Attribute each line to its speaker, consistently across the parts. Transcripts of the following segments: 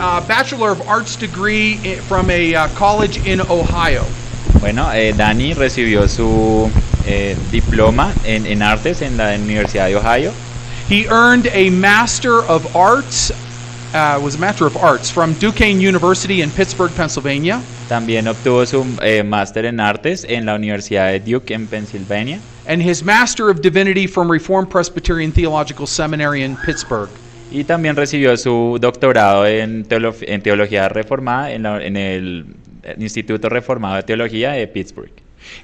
Speaker 1: uh, Bachelor of Arts degree i- from a uh, college in Ohio.
Speaker 2: Bueno, eh, Dani recibió su eh, diploma en, en artes en la Universidad de Ohio.
Speaker 1: He earned a Master of Arts, uh, was a Master of Arts from Duquesne University in Pittsburgh, Pennsylvania.
Speaker 2: También obtuvo su eh, máster en artes en la Universidad de Duke en Pensilvania
Speaker 1: and his Master of Divinity from Reformed Presbyterian Theological Seminary in Pittsburgh.
Speaker 2: y también recibió su doctorado en, teolo- en teología reformada en, la- en el Instituto Reformado de Teología de Pittsburgh.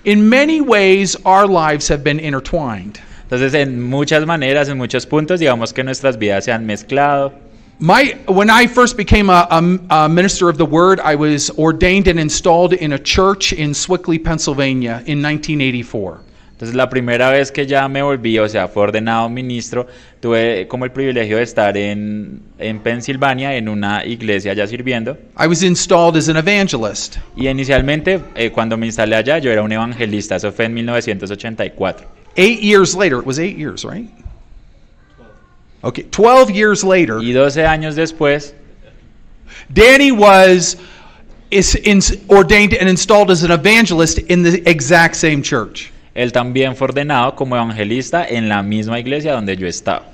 Speaker 1: In many ways, our lives have been intertwined.
Speaker 2: Entonces, en muchas maneras, en muchos puntos, digamos que nuestras vidas se han mezclado.
Speaker 1: My, when I first became a, a- a minister of the Word, I was ordained and installed in a church in Swickley, Pennsylvania in 1984.
Speaker 2: Entonces, la primera vez que ya me volví, o sea, fue ordenado ministro, tuve como el privilegio de estar en, en Pensilvania, en una iglesia ya sirviendo.
Speaker 1: I was installed as an evangelist.
Speaker 2: Y inicialmente, eh, cuando me instalé allá, yo era un evangelista, eso fue en 1984.
Speaker 1: Eight years later, it was eight years, right? Okay, 12 years later,
Speaker 2: Y 12 años después,
Speaker 1: Danny was is in, ordained and installed as an evangelist in the exact same church.
Speaker 2: él también fue ordenado como evangelista en la misma iglesia donde yo estaba.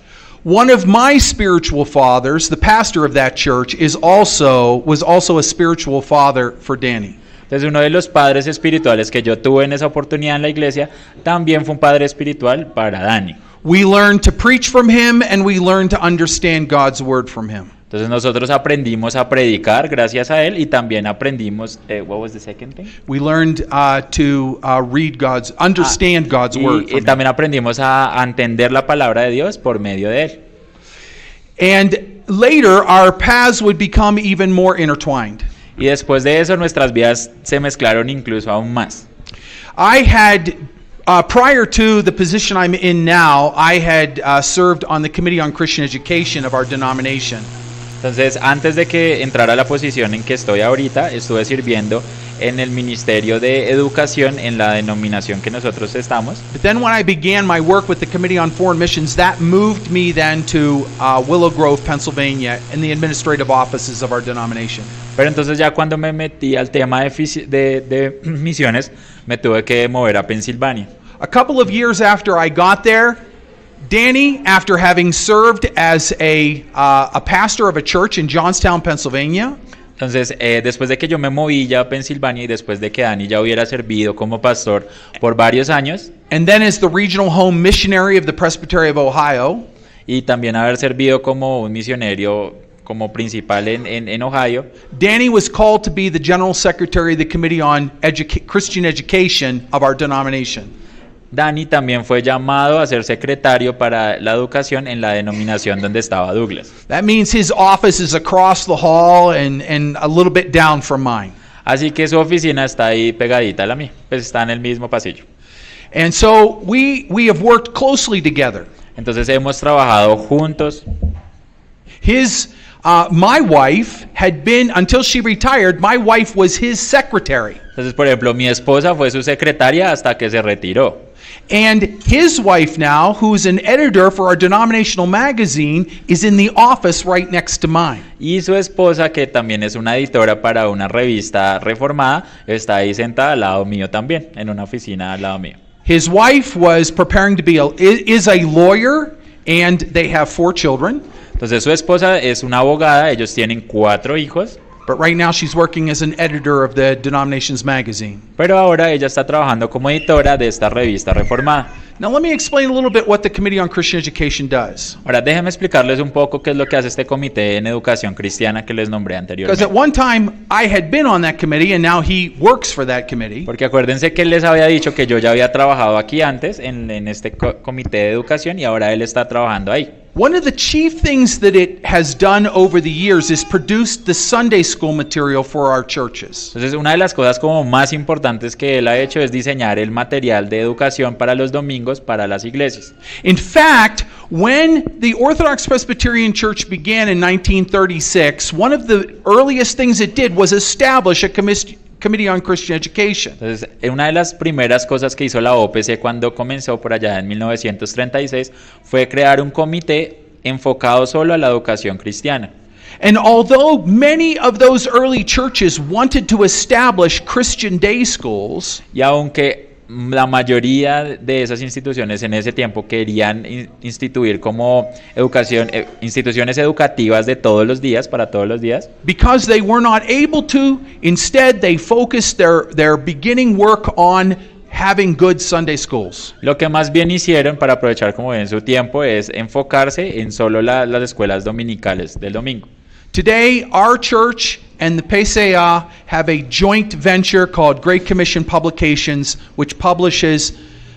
Speaker 1: One of my spiritual fathers, the pastor of that church, is also was also a spiritual father for Danny.
Speaker 2: Entonces uno de los padres espirituales que yo tuve en esa oportunidad en la iglesia también fue un padre espiritual para Dani.
Speaker 1: We learned to preach from him and we learned to understand God's word from him.
Speaker 2: Entonces nosotros aprendimos a predicar gracias a él y también aprendimos eh, what was the second thing?
Speaker 1: We learned uh, to uh, read God's understand God's
Speaker 2: Y,
Speaker 1: word
Speaker 2: eh,
Speaker 1: from him.
Speaker 2: también aprendimos a, a entender la palabra de Dios por medio de él.
Speaker 1: And later our paths would become even more intertwined.
Speaker 2: Y después de eso nuestras vidas se mezclaron incluso aún más.
Speaker 1: I had, uh, prior to the position I'm in now, I had uh, served on the Committee on Christian Education of our denomination.
Speaker 2: Entonces antes de que entrara a la posición en que estoy ahorita, estuve sirviendo en el Ministerio de Educación en la denominación que nosotros estamos.
Speaker 1: But then when I began my work with the Committee on Foreign Missions, that moved me then to uh, Willow Grove, Pennsylvania, in the administrative offices of our denomination.
Speaker 2: Pero entonces ya cuando me metí al tema de, fisi- de- de misiones, me tuve que mover a Pensilvania.
Speaker 1: A couple of years after I got there, Danny, after having served as a, uh, a pastor of a church in Johnstown, Pennsylvania,
Speaker 2: Entonces, eh, después de que yo me moví ya a Pensilvania y después de que Dani ya hubiera servido como pastor por varios años
Speaker 1: and then as the regional home missionary of the Presbytery of Ohio,
Speaker 2: y también haber servido como un misionero, como principal en, en- en Ohio,
Speaker 1: Danny was called to be the General Secretary of the Committee on Educa- Christian Education of our denomination.
Speaker 2: Dani también fue llamado a ser secretario para la educación en la denominación donde estaba Douglas.
Speaker 1: That means his office is across the hall and, and a little bit down from mine.
Speaker 2: Así que su oficina está ahí pegadita a la mía, pues está en el mismo pasillo.
Speaker 1: And so we, we have worked closely together.
Speaker 2: Entonces hemos trabajado juntos.
Speaker 1: His, uh, my wife had been, until she retired, my wife was his secretary.
Speaker 2: Entonces, por ejemplo, mi esposa fue su secretaria hasta que se retiró.
Speaker 1: And his wife now, who's an editor for our denominational magazine, is in the office right next to mine.
Speaker 2: Y su esposa, que también es una editora para una revista reformada, está ahí sentada al lado mío también, en una oficina al lado mío.
Speaker 1: His wife was preparing to be a, i- is a lawyer, and they have four children.
Speaker 2: Entonces, su esposa es una abogada, ellos tienen cuatro hijos,
Speaker 1: But right now, she's working as an editor of the denominations magazine.
Speaker 2: pero ahora ella está trabajando como editora de esta revista reformada.
Speaker 1: Now, let me explain a little bit what the Committee on Christian Education does.
Speaker 2: Ahora, déjenme explicarles un poco qué es lo que hace este comité en educación cristiana que les nombré
Speaker 1: Because
Speaker 2: anteriormente.
Speaker 1: at one time, I had been on that committee, and now he works for that committee.
Speaker 2: Porque acuérdense que él les había dicho que yo ya había trabajado aquí antes, en, en este co- comité de educación, y ahora él está trabajando ahí.
Speaker 1: One of the chief things that it has done over the years is produced the Sunday school material for our churches.
Speaker 2: Entonces, una de las cosas como más importantes que él ha hecho es diseñar el material de educación para los domingos para las iglesias.
Speaker 1: In fact, when the Orthodox Presbyterian Church began in 1936, one of the earliest things it did was establish a commis- committee on Christian education.
Speaker 2: Entonces, eh, una de las primeras cosas que hizo la OPC cuando comenzó por allá en 1936 fue crear un comité enfocado solo a la educación cristiana.
Speaker 1: And although many of those early churches wanted to establish Christian day schools,
Speaker 2: Y aunque la mayoría de esas instituciones en ese tiempo querían in- instituir como educación, eh, instituciones educativas de todos los días, para todos los días,
Speaker 1: because they were not able to, instead they focused their, their beginning work on having good Sunday schools.
Speaker 2: lo que más bien hicieron para aprovechar como bien su tiempo es enfocarse en solo la- las escuelas dominicales del domingo.
Speaker 1: Today, our church and the PCA have a joint venture called Great Commission Publications, which publishes,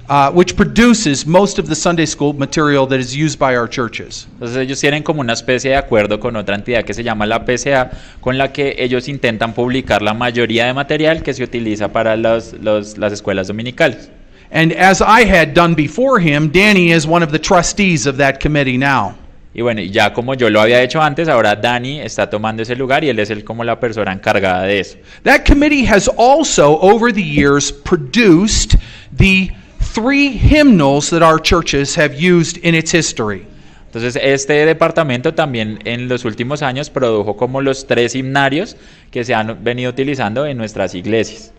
Speaker 1: uh, which produces most of the Sunday school material that is used by our churches.
Speaker 2: Entonces ellos tienen como una especie de acuerdo con otra entidad que se llama la PCA, con la que ellos intentan publicar la mayoría de material que se utiliza para los- los- las escuelas dominicales.
Speaker 1: And as I had done before him, Danny is one of the trustees of that committee now.
Speaker 2: Y bueno, y ya como yo lo había hecho antes, ahora Dani está tomando ese lugar y él es el, como la persona encargada de eso.
Speaker 1: That committee has also, over the years, produced the three hymnals that our churches have used in its history.
Speaker 2: Entonces, este departamento también en los últimos años produjo como los tres himnarios que se han venido utilizando en nuestras iglesias.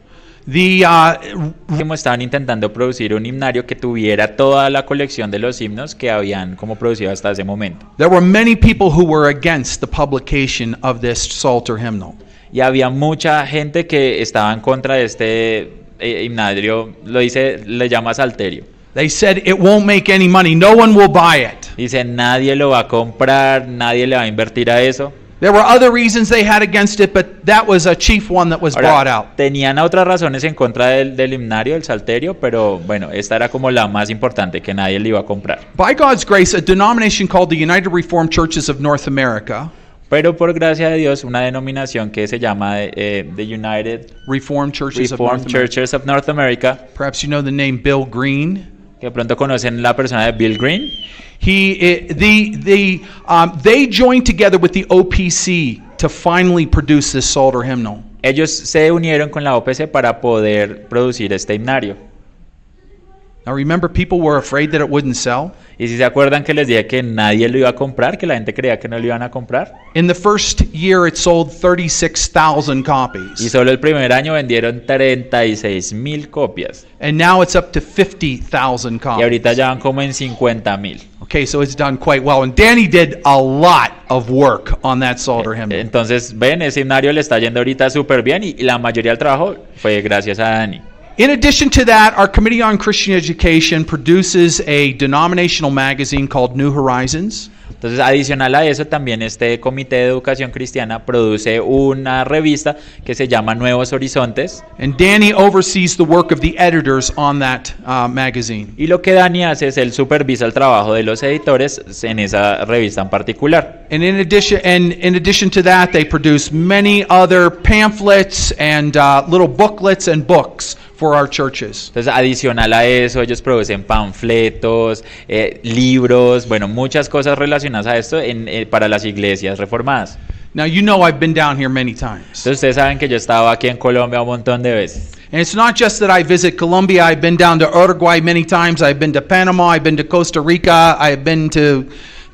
Speaker 1: The uh,
Speaker 2: Como estaban intentando producir un himnario que tuviera toda la colección de los himnos que habían como producido hasta ese momento.
Speaker 1: There were many people who were against the publication of this Psalter hymnal.
Speaker 2: Y había mucha gente que estaba en contra de este eh, himnario, lo dice, le llama salterio.
Speaker 1: They said it won't make any money, no one will buy it.
Speaker 2: Dice, nadie lo va a comprar, nadie le va a invertir a eso.
Speaker 1: There were other reasons they had against it, but that was a chief one that was brought
Speaker 2: Ahora,
Speaker 1: out.
Speaker 2: tenían otras razones en contra del, del himnario, del salterio, pero bueno, esta era como la más importante, que nadie le iba a comprar.
Speaker 1: By God's grace, a denomination called the United Reformed Churches of North America,
Speaker 2: Pero por gracia de Dios, una denominación que se llama eh, The United
Speaker 1: Reformed Churches of
Speaker 2: Reformed
Speaker 1: North America.
Speaker 2: Churches of North America,
Speaker 1: Perhaps you know the name Bill Green.
Speaker 2: que pronto conocen la persona de Bill Green.
Speaker 1: He, i the, the, um, they joined together with the OPC to finally produce this Psalter hymnal.
Speaker 2: Ellos se unieron con la OPC para poder producir este himnario.
Speaker 1: Now remember, people were afraid that it wouldn't sell.
Speaker 2: Y si se acuerdan que les dije que nadie lo iba a comprar, que la gente creía que no lo iban a comprar.
Speaker 1: In the first year, it sold 36,000
Speaker 2: Y
Speaker 1: copies.
Speaker 2: solo el primer año vendieron 36 mil copias.
Speaker 1: And now it's up to 50,000
Speaker 2: Y
Speaker 1: copies.
Speaker 2: ahorita ya van como en 50 mil.
Speaker 1: Okay, so it's done quite well. And Danny did a lot of work on that Psalter hymn.
Speaker 2: Entonces, ven, ese himnario le está yendo ahorita súper bien y y la mayoría del trabajo fue gracias a Dani.
Speaker 1: In addition to that, our Committee on Christian Education produces a denominational magazine called New Horizons.
Speaker 2: Entonces, adicional a eso, también este Comité de Educación Cristiana produce una revista que se llama Nuevos Horizontes.
Speaker 1: And Danny oversees the work of the editors on that uh, magazine.
Speaker 2: Y lo que Dani hace es él supervisa el trabajo de los editores en esa revista en particular.
Speaker 1: And in addition, and in addition to that, they produce many other pamphlets and uh, little booklets and books for our churches.
Speaker 2: Entonces, adicional a eso, ellos producen panfletos, eh, libros, bueno, muchas cosas relacionadas a esto en, eh, para las iglesias reformadas.
Speaker 1: Now, you know I've been down here many times.
Speaker 2: Entonces, ustedes saben que yo estaba aquí en Colombia un montón de veces.
Speaker 1: And it's not just that I visit Colombia, I've been down to Uruguay many times, I've been to Panama, I've been to Costa Rica, I've been to,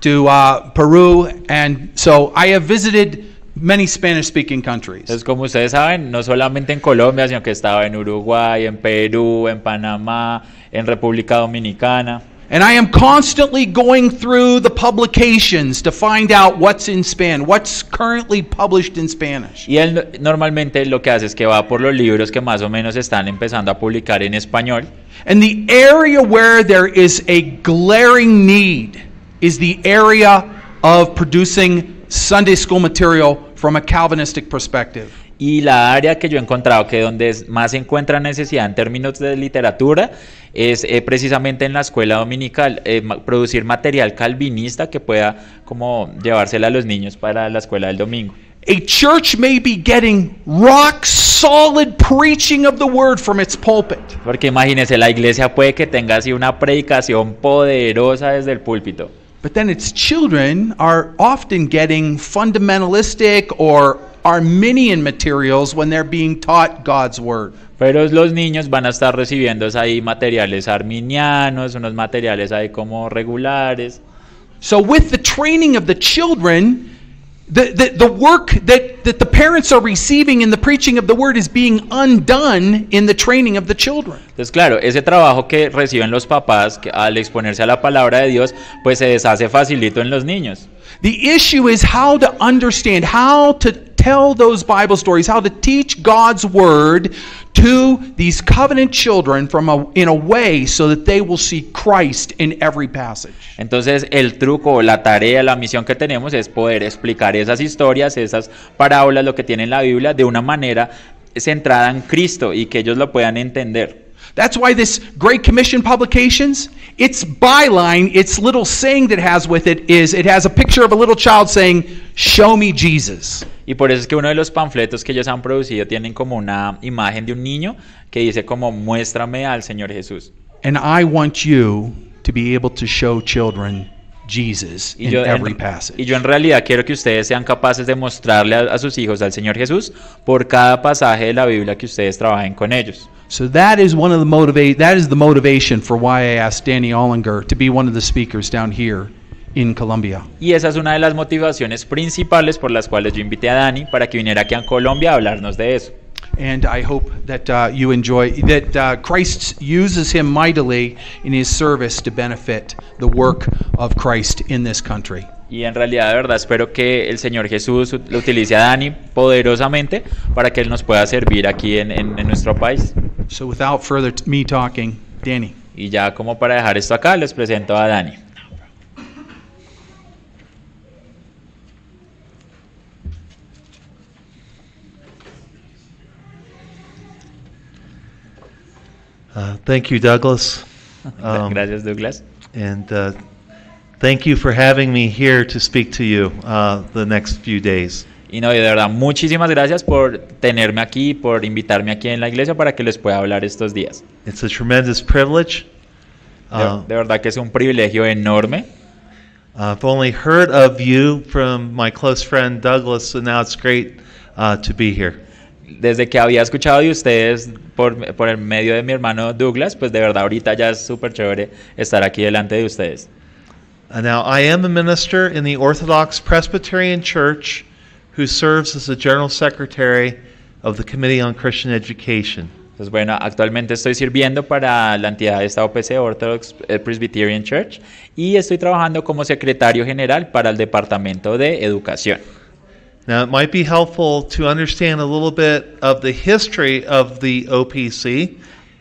Speaker 1: to uh, Peru, and so I have visited many Spanish speaking countries.
Speaker 2: Entonces, como ustedes saben, no solamente en Colombia, sino que estaba en Uruguay, en Perú, en Panamá, en República Dominicana.
Speaker 1: And I am constantly going through the publications to find out what's in Span, what's currently published in Spanish.
Speaker 2: Y él no- normalmente lo que hace es que va por los libros que más o menos están empezando a publicar en español.
Speaker 1: And the area where there is a glaring need is the area of producing Sunday school material from a Calvinistic perspective.
Speaker 2: Y la área que yo he encontrado que donde es- más se encuentra necesidad en términos de literatura es eh, precisamente en la escuela dominical, eh, ma- producir material calvinista que pueda como llevársela a los niños para la escuela del domingo.
Speaker 1: A church may be getting rock solid preaching of the word from its pulpit,
Speaker 2: Porque imagínense, la iglesia puede que tenga así una predicación poderosa desde el púlpito.
Speaker 1: but then its children are often getting fundamentalistic or Arminian materials when they're being taught God's word.
Speaker 2: Pero los niños van a estar recibiendo ahí materiales arminianos, unos materiales ahí como regulares.
Speaker 1: So, with the training of the children, The, the, the work that, that the parents are receiving in the preaching of the word is being undone in the training of the children.
Speaker 2: Entonces, claro, ese trabajo que reciben los papás que al exponerse a la palabra de Dios, pues se deshace facilito en los niños.
Speaker 1: The issue is how to understand, how to tell those Bible stories, how to teach God's word to these covenant children from a, in a way so that they will see Christ in every passage.
Speaker 2: Entonces, el truco, la tarea, la misión que tenemos es poder explicar esas historias, esas parábolas, lo que tiene la Biblia, de una manera centrada en Cristo y que ellos lo puedan entender.
Speaker 1: That's why this Great Commission publications, its byline, its little saying that it has with it is it has a picture of a little child saying, "Show me Jesus."
Speaker 2: Y por eso es que uno de los panfletos que ellos han producido tienen como una imagen de un niño que dice como muéstrame al Señor Jesús.
Speaker 1: And I want you to be able to show children Jesus
Speaker 2: Y
Speaker 1: in
Speaker 2: yo, en,
Speaker 1: every
Speaker 2: y
Speaker 1: passage.
Speaker 2: yo en realidad quiero que ustedes sean capaces de mostrarle a, a sus hijos al Señor Jesús por cada pasaje de la Biblia que ustedes trabajen con ellos.
Speaker 1: So that is one of the motivate that is the motivation for why I asked Danny Ollinger to be one of the speakers down here in Columbia.
Speaker 2: Y esa es una de las motivaciones principales por las cuales yo invité a Dani para que viniera aquí a Colombia a hablarnos de eso.
Speaker 1: And I hope that uh, you enjoy that uh, Christ uses him mightily in his service to benefit the work of Christ in this country.
Speaker 2: Y en realidad, de verdad, espero que el Señor Jesús ut- lo utilice a Dani poderosamente para que él nos pueda servir aquí en, en- en nuestro país.
Speaker 1: So without further t- me talking, Danny.
Speaker 2: Y ya como para dejar esto acá, les presento a Dani.
Speaker 3: Uh, Thank you, Douglas. Um,
Speaker 2: Gracias, Douglas.
Speaker 3: And uh, thank you for having me here to speak to you uh, the next few days.
Speaker 2: Y no, y de verdad, muchísimas gracias por tenerme aquí, por invitarme aquí en la iglesia para que les pueda hablar estos días.
Speaker 3: It's a tremendous privilege.
Speaker 2: De,
Speaker 3: Uh,
Speaker 2: de verdad que es un privilegio enorme.
Speaker 3: I've only heard of you from my close friend Douglas, so now it's great uh, to be here.
Speaker 2: Desde que había escuchado de ustedes por, por el medio de mi hermano Douglas, pues de verdad ahorita ya es súper chévere estar aquí delante de ustedes.
Speaker 3: Uh, now, I am a minister in the Orthodox Presbyterian Church who serves as the General Secretary of the Committee on Christian Education.
Speaker 2: Entonces, bueno, actualmente estoy sirviendo para la entidad de esta OPC, Orthodox eh, Presbyterian Church, y estoy trabajando como secretario general para el Departamento de Educación.
Speaker 3: Now, it might be helpful to understand a little bit of the history of the OPC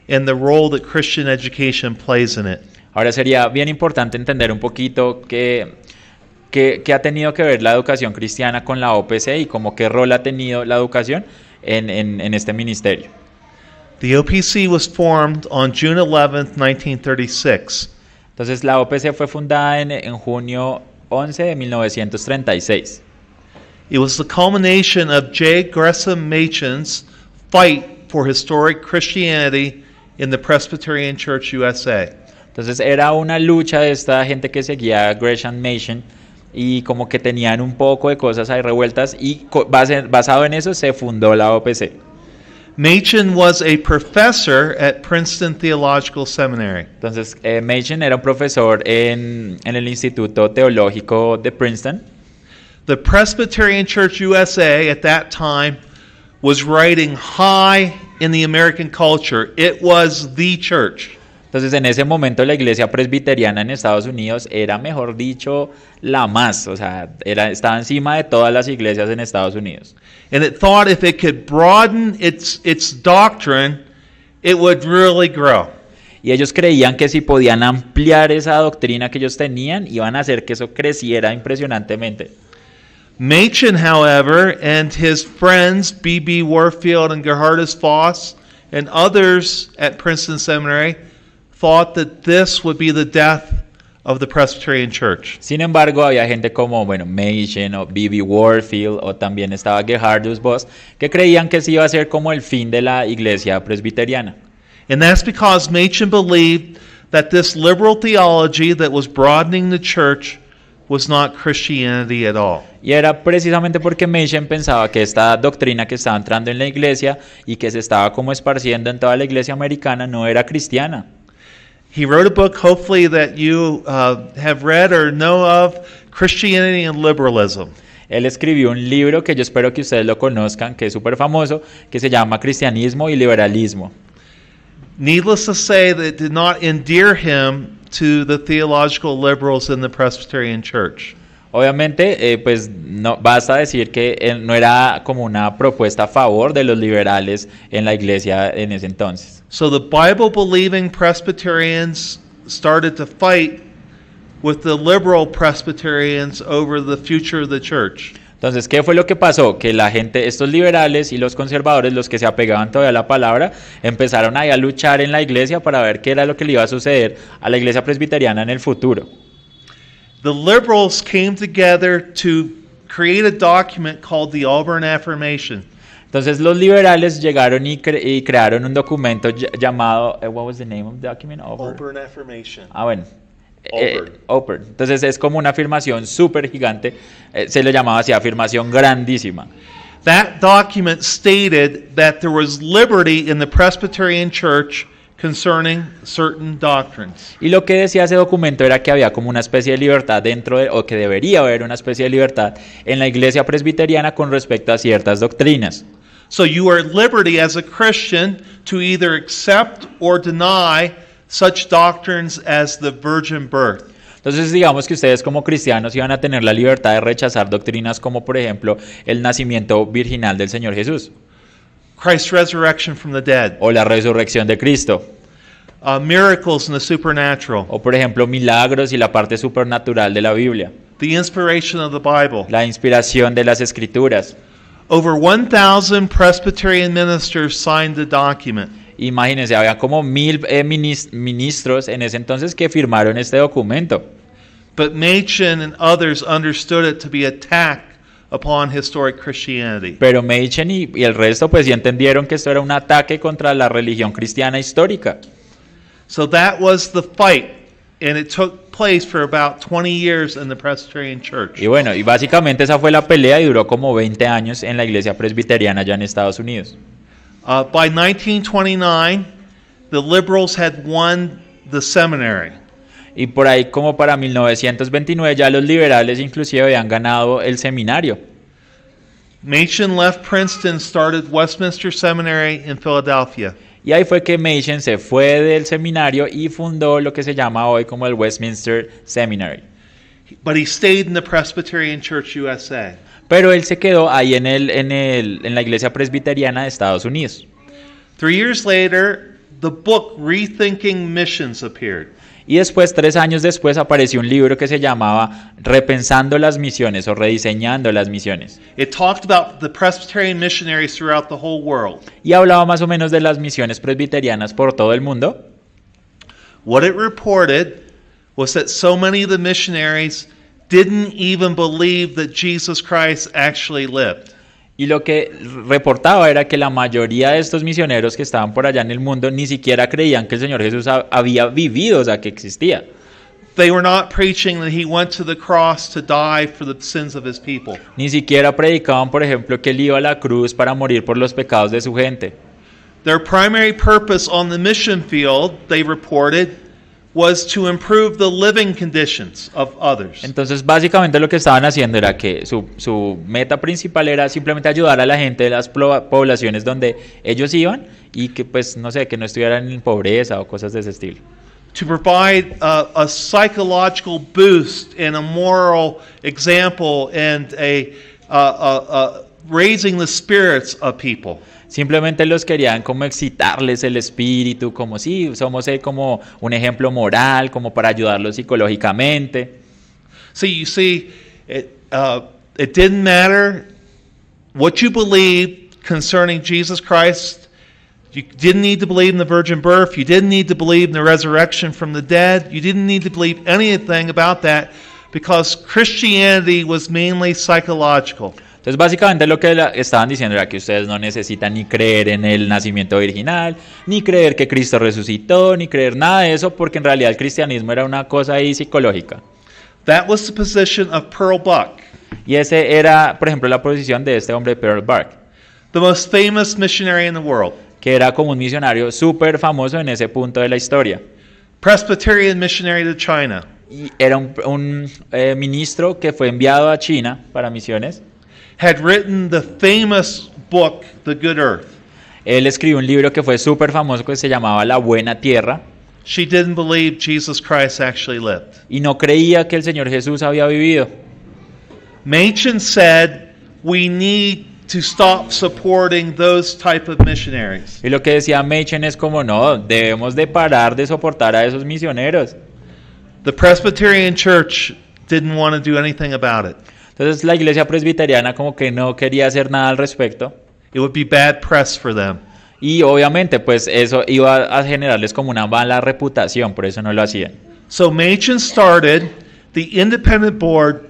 Speaker 3: and the role that Christian education plays in it.
Speaker 2: Ahora sería bien importante entender un poquito qué, qué- qué ha tenido que ver la educación cristiana con la OPC y como qué rol ha tenido la educación en, en- en este ministerio.
Speaker 3: The OPC was formed on June 11, 1936.
Speaker 2: Entonces la OPC fue fundada en, en junio 11 de 1936.
Speaker 3: It was the culmination of J. Gresham Machen's fight for historic Christianity in the Presbyterian Church USA.
Speaker 2: Entonces era una lucha de esta gente que seguía a Gresham Mason y como que tenían un poco de cosas ahí revueltas y co- base- basado en eso se fundó la OPC.
Speaker 3: Machen was a professor at Princeton Theological Seminary.
Speaker 2: Entonces, eh, Machen era un profesor en, en el Instituto Teológico de Princeton.
Speaker 3: The Presbyterian Church USA at that time was writing high in the American culture. It was the church.
Speaker 2: Entonces, en ese momento la iglesia presbiteriana en Estados Unidos era, mejor dicho, la más, o sea, era, estaba encima de todas las iglesias en Estados Unidos.
Speaker 3: And it thought if it could broaden its, its doctrine, it would really grow.
Speaker 2: Y ellos creían que si podían ampliar esa doctrina que ellos tenían, iban a hacer que eso creciera impresionantemente.
Speaker 3: Machen, however, and his friends B.B. Warfield and Gerhardus Voss and others at Princeton Seminary thought that this would be the death of the Presbyterian Church.
Speaker 2: Sin embargo, había gente como, bueno, Machen o B.B. Warfield o también estaba Gerhardus Voss, que creían que sí iba a ser como el fin de la iglesia presbiteriana.
Speaker 3: And that's because Machen believed that this liberal theology that was broadening the church was not Christianity at all.
Speaker 2: Y era precisamente porque Machen pensaba que esta doctrina que estaba entrando en la iglesia y que se estaba como esparciendo en toda la iglesia americana no era cristiana.
Speaker 3: He wrote a book, hopefully, that you uh, have read or know of Christianity and Liberalism.
Speaker 2: Él escribió un libro que yo espero que ustedes lo conozcan, que es súper famoso, que se llama Cristianismo y Liberalismo.
Speaker 3: Needless to say, that it did not endear him to the theological liberals in the Presbyterian Church.
Speaker 2: Obviamente, eh, pues no basta decir que él no era como una propuesta a favor de los liberales en la iglesia en ese entonces.
Speaker 3: So the Bible believing Presbyterians started to fight with the liberal Presbyterians over the future of the church.
Speaker 2: Entonces, ¿qué fue lo que pasó? Que la gente, estos liberales y los conservadores, los que se apegaban todavía a la palabra, empezaron ahí a luchar en la iglesia para ver qué era lo que le iba a suceder a la iglesia presbiteriana en el futuro.
Speaker 3: The liberals came together to create a document called the Auburn Affirmation.
Speaker 2: Entonces los liberales llegaron y, cre- y crearon un documento ll- llamado, eh, what was the name of the document? Over.
Speaker 3: Affirmation.
Speaker 2: Ah, bueno. Eh,
Speaker 3: Oprah.
Speaker 2: eh, Oprah. Entonces es como una afirmación súper gigante, eh, se le llamaba así, afirmación grandísima.
Speaker 3: That document stated that there was liberty in the Presbyterian Church concerning certain doctrines.
Speaker 2: Y lo que decía ese documento era que había como una especie de libertad dentro de, o que debería haber una especie de libertad en la iglesia presbiteriana con respecto a ciertas doctrinas.
Speaker 3: So you are at liberty as a Christian to either accept or deny such doctrines as the virgin birth.
Speaker 2: Entonces digamos que ustedes como cristianos iban a tener la libertad de rechazar doctrinas como por ejemplo el nacimiento virginal del Señor Jesús
Speaker 3: Christ's resurrection from the dead,
Speaker 2: o la resurrección de Cristo
Speaker 3: uh, miracles and the supernatural,
Speaker 2: o por ejemplo milagros y la parte supernatural de la Biblia,
Speaker 3: the inspiration of the Bible.
Speaker 2: la inspiración de las escrituras.
Speaker 3: Over 1,000 Presbyterian ministers signed the document.
Speaker 2: Imagínense, había como mil eh, minis- ministros en ese entonces que firmaron este documento.
Speaker 3: But Machen and others understood it to be attack upon historic Christianity.
Speaker 2: Pero Machen y, y el resto pues sí entendieron que esto era un ataque contra la religión cristiana histórica.
Speaker 3: So that was the fight, and it took place for about 20 years in the Presbyterian Church.
Speaker 2: Y bueno, y básicamente esa fue la pelea y duró como 20 años en la iglesia presbiteriana allá en Estados Unidos.
Speaker 3: Uh, by 1929, the liberals had won the seminary.
Speaker 2: Y por ahí como para 1929 ya los liberales inclusive habían ganado el seminario.
Speaker 3: Machen left Princeton, started Westminster Seminary in Philadelphia.
Speaker 2: Y ahí fue que Machen se fue del seminario y fundó lo que se llama hoy como el Westminster Seminary.
Speaker 3: But he stayed in the Presbyterian Church USA.
Speaker 2: Pero él se quedó ahí en, el, en, el, en la iglesia presbiteriana de Estados Unidos.
Speaker 3: Three years later, the book Rethinking Missions appeared.
Speaker 2: Y después, tres años después, apareció un libro que se llamaba Repensando las misiones o Rediseñando las misiones.
Speaker 3: It talked about the Presbyterian missionaries throughout the whole world.
Speaker 2: Y hablaba más o menos de las misiones presbiterianas por todo el mundo.
Speaker 3: What it reported was that so many of the missionaries didn't even believe that Jesus Christ actually lived.
Speaker 2: Y lo que reportaba era que la mayoría de estos misioneros que estaban por allá en el mundo ni siquiera creían que el Señor Jesús ha- había vivido, o sea, que existía.
Speaker 3: They were not preaching that he went to the cross to die for the sins of his people.
Speaker 2: Ni siquiera predicaban, por ejemplo, que él iba a la cruz para morir por los pecados de su gente.
Speaker 3: Their primary purpose on the mission field, they reported, was to improve the living conditions of others.
Speaker 2: Entonces, básicamente lo que estaban haciendo era que su, su meta principal era simplemente ayudar a la gente de las plo- poblaciones donde ellos iban y que, pues, no sé, que no estuvieran en pobreza o cosas de ese estilo.
Speaker 3: to provide uh, a psychological boost and a moral example and a uh, uh, uh, raising the spirits of people.
Speaker 2: Simplemente los querían como excitarles el espíritu, como si somos eh, como un ejemplo moral, como para ayudarlos psicológicamente.
Speaker 3: So you see, it uh, it didn't matter what you believed concerning Jesus Christ. You didn't need to believe in the virgin birth. You didn't need to believe in the resurrection from the dead. You didn't need to believe anything about that because Christianity was mainly psychological.
Speaker 2: Entonces básicamente lo que la- estaban diciendo era que ustedes no necesitan ni creer en el nacimiento virginal, ni creer que Cristo resucitó, ni creer nada de eso, porque en realidad el cristianismo era una cosa ahí psicológica.
Speaker 3: That was the position of Pearl Buck,
Speaker 2: Y ese era, por ejemplo, la posición de este hombre Pearl Bark,
Speaker 3: the most famous missionary in the world.
Speaker 2: que era como un misionario súper famoso en ese punto de la historia.
Speaker 3: Presbyterian missionary to China,
Speaker 2: y era un, un, eh, ministro que fue enviado a China para misiones.
Speaker 3: had written the famous book, The Good Earth.
Speaker 2: Él escribió un libro que fue súper famoso que se llamaba La Buena Tierra
Speaker 3: She didn't believe Jesus Christ actually lived.
Speaker 2: y no creía que el Señor Jesús había vivido.
Speaker 3: Machen said, we need to stop supporting those type of missionaries.
Speaker 2: Y lo que decía Machen es como, no, debemos de parar de soportar a esos misioneros.
Speaker 3: The Presbyterian Church didn't want to do anything about it.
Speaker 2: Entonces la iglesia presbiteriana como que no quería hacer nada al respecto.
Speaker 3: It would be bad press for them.
Speaker 2: Y obviamente pues eso iba a generarles como una mala reputación, por eso no lo hacían.
Speaker 3: So Machen started the independent board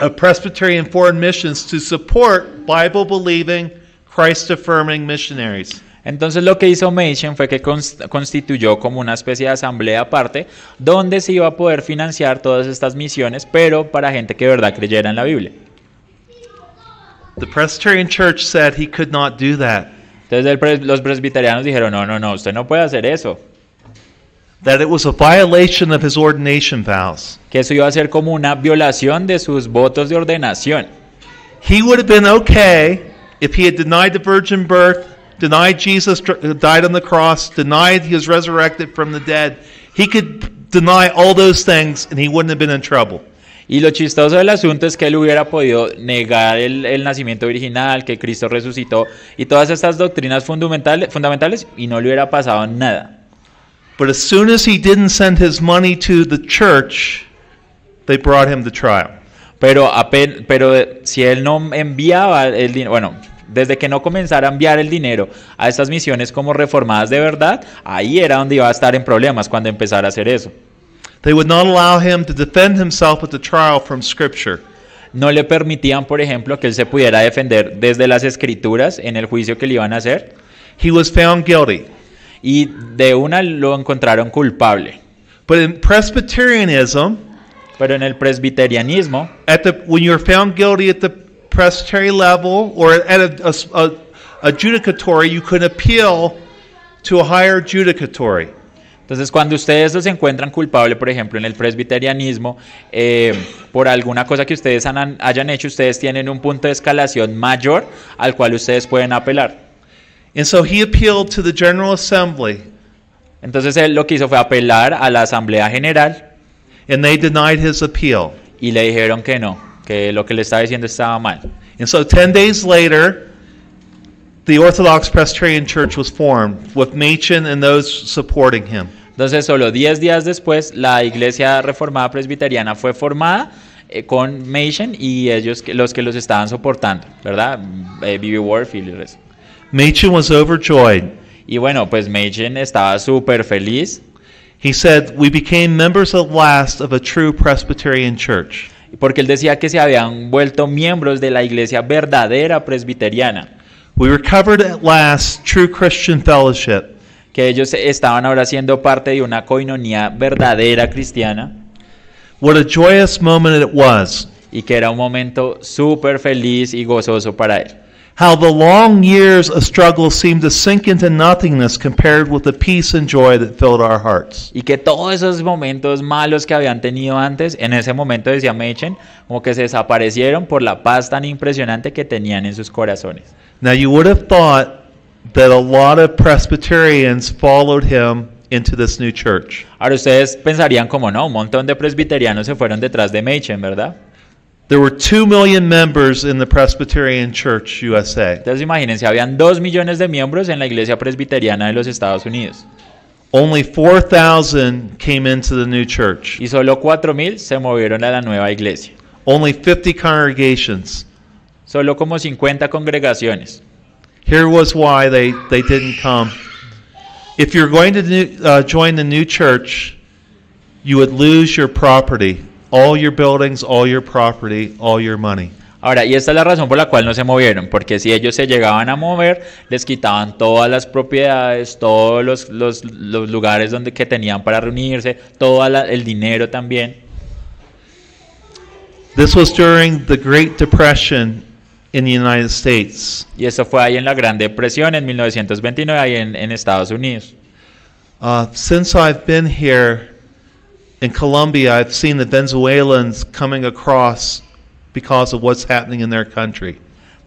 Speaker 3: of Presbyterian foreign missions to support Bible believing, Christ affirming missionaries.
Speaker 2: Entonces lo que hizo Machen fue que cons- constituyó como una especie de asamblea aparte donde se iba a poder financiar todas estas misiones, pero para gente que de verdad creyera en la Biblia.
Speaker 3: The Presbyterian Church said he could not do that,
Speaker 2: Entonces el pres- los presbiterianos dijeron, no, no, no, usted no puede hacer eso,
Speaker 3: that it was a violation of his ordination vows.
Speaker 2: que eso iba a ser como una violación de sus votos de ordenación.
Speaker 3: He would have been okay if he had denied the virgin birth, denied Jesus dr- uh, died on the cross, denied he was resurrected from the dead. He could deny all those things and he wouldn't have been in trouble.
Speaker 2: Y lo chistoso del asunto es que él hubiera podido negar el, el nacimiento virginal, que Cristo resucitó y todas estas doctrinas fundamentales, fundamentales y no le hubiera pasado nada.
Speaker 3: But as soon as he didn't send his money to the church, they brought him to trial.
Speaker 2: Pero, apen- pero eh, si él no enviaba el dinero, bueno, desde que no comenzara a enviar el dinero a estas misiones como reformadas de verdad, ahí era donde iba a estar en problemas cuando empezara a hacer eso.
Speaker 3: They would not allow him to defend himself at the trial from Scripture.
Speaker 2: No le permitían, por ejemplo, que él se pudiera defender desde las escrituras en el juicio que le iban a hacer
Speaker 3: He was found guilty.
Speaker 2: y de una lo encontraron culpable.
Speaker 3: But in Presbyterianism,
Speaker 2: Pero en el presbiterianismo,
Speaker 3: at the when you're found guilty at the presbytery level or at a, a, a, a judicatory, you can appeal to a higher judicatory.
Speaker 2: entonces cuando ustedes los encuentran culpable, por ejemplo, en el presbiterianismo, eh, por alguna cosa que ustedes han- hayan hecho, ustedes tienen un punto de escalación mayor al cual ustedes pueden apelar.
Speaker 3: And so he appealed to the General Assembly,
Speaker 2: Entonces él lo que hizo fue apelar a la Asamblea General
Speaker 3: and they denied his appeal.
Speaker 2: y le dijeron que no, que lo que le estaba diciendo estaba mal.
Speaker 3: And so 10 days later, the Orthodox Presbyterian Church was formed with Machen and those supporting him.
Speaker 2: Entonces solo 10 días después, la Iglesia Reformada Presbiteriana fue formada eh, con Mason y ellos que- los que los estaban soportando, ¿verdad? Eh, B.B. Warfield y el resto.
Speaker 3: Machen was overjoyed.
Speaker 2: Y bueno, pues Machen estaba súper feliz
Speaker 3: He said, We became members at last of a true Presbyterian church.
Speaker 2: porque él decía que se habían vuelto miembros de la iglesia verdadera presbiteriana,
Speaker 3: We recovered at last true Christian fellowship.
Speaker 2: que ellos estaban ahora siendo parte de una coinonía verdadera cristiana
Speaker 3: What a joyous moment it was.
Speaker 2: y que era un momento súper feliz y gozoso para él.
Speaker 3: How the long years of struggle seemed to sink into nothingness compared with the peace and joy that filled our hearts.
Speaker 2: Y que todos esos momentos malos que habían tenido antes, en ese momento decía Machen, como que se desaparecieron por la paz tan impresionante que tenían en sus corazones.
Speaker 3: Now, you would have thought that a lot of Presbyterians followed him into this new church.
Speaker 2: Ahora ustedes pensarían como no, un montón de presbiterianos se fueron detrás de Machen, ¿verdad?
Speaker 3: There were 2 million members in the Presbyterian Church USA.
Speaker 2: Entonces imagínense, habían dos millones de miembros en la iglesia presbiteriana de los Estados Unidos
Speaker 3: Only 4,000 came into the new church.
Speaker 2: y solo cuatro mil se movieron a la nueva iglesia.
Speaker 3: Only 50 congregations.
Speaker 2: Solo como 50 congregaciones.
Speaker 3: Here was why they, they didn't come. If you're going to new, uh, join the new church, you would lose your property, all your buildings, all your property, all your money.
Speaker 2: Ahora, y esta es la razón por la cual no se movieron, porque si ellos se llegaban a mover, les quitaban todas las propiedades, todos los, los- los lugares donde que tenían para reunirse, todo la- el dinero también.
Speaker 3: This was during the Great Depression in the United States.
Speaker 2: Y eso fue ahí en la Gran Depresión, en 1929, ahí en, en Estados Unidos.
Speaker 3: Uh, since I've been here, in Colombia, I've seen the Venezuelans coming across because of what's happening in their country.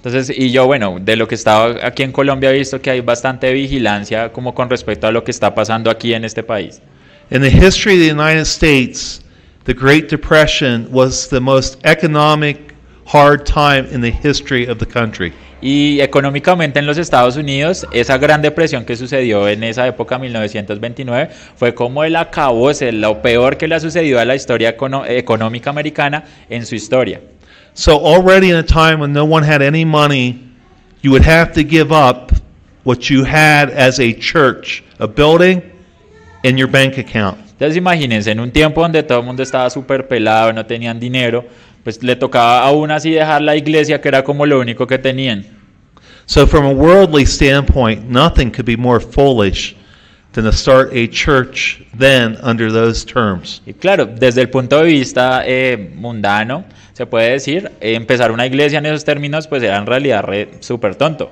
Speaker 2: Entonces, y yo, bueno, de lo que estaba aquí en Colombia he visto que hay bastante vigilancia como con respecto a lo que está pasando aquí en este país.
Speaker 3: In the history of the United States, the Great Depression was the most economic hard time in the history of the country.
Speaker 2: Y económicamente en los Estados Unidos, esa gran depresión que sucedió en esa época, 1929, fue como el acabose, lo peor que le ha sucedido a la historia econo- económica americana en su historia.
Speaker 3: So already in a time when no one had any money, you would have to give up what you had as a church, a building, and your bank account.
Speaker 2: Entonces imagínense, en un tiempo donde todo el mundo estaba súper pelado, no tenían dinero, pues le tocaba aún así dejar la iglesia que era como lo único que tenían.
Speaker 3: So from a worldly standpoint, nothing could be more foolish than to start a church then under those terms.
Speaker 2: Y claro, desde el punto de vista eh, mundano, se puede decir, eh, empezar una iglesia en esos términos, pues era en realidad re- súper tonto.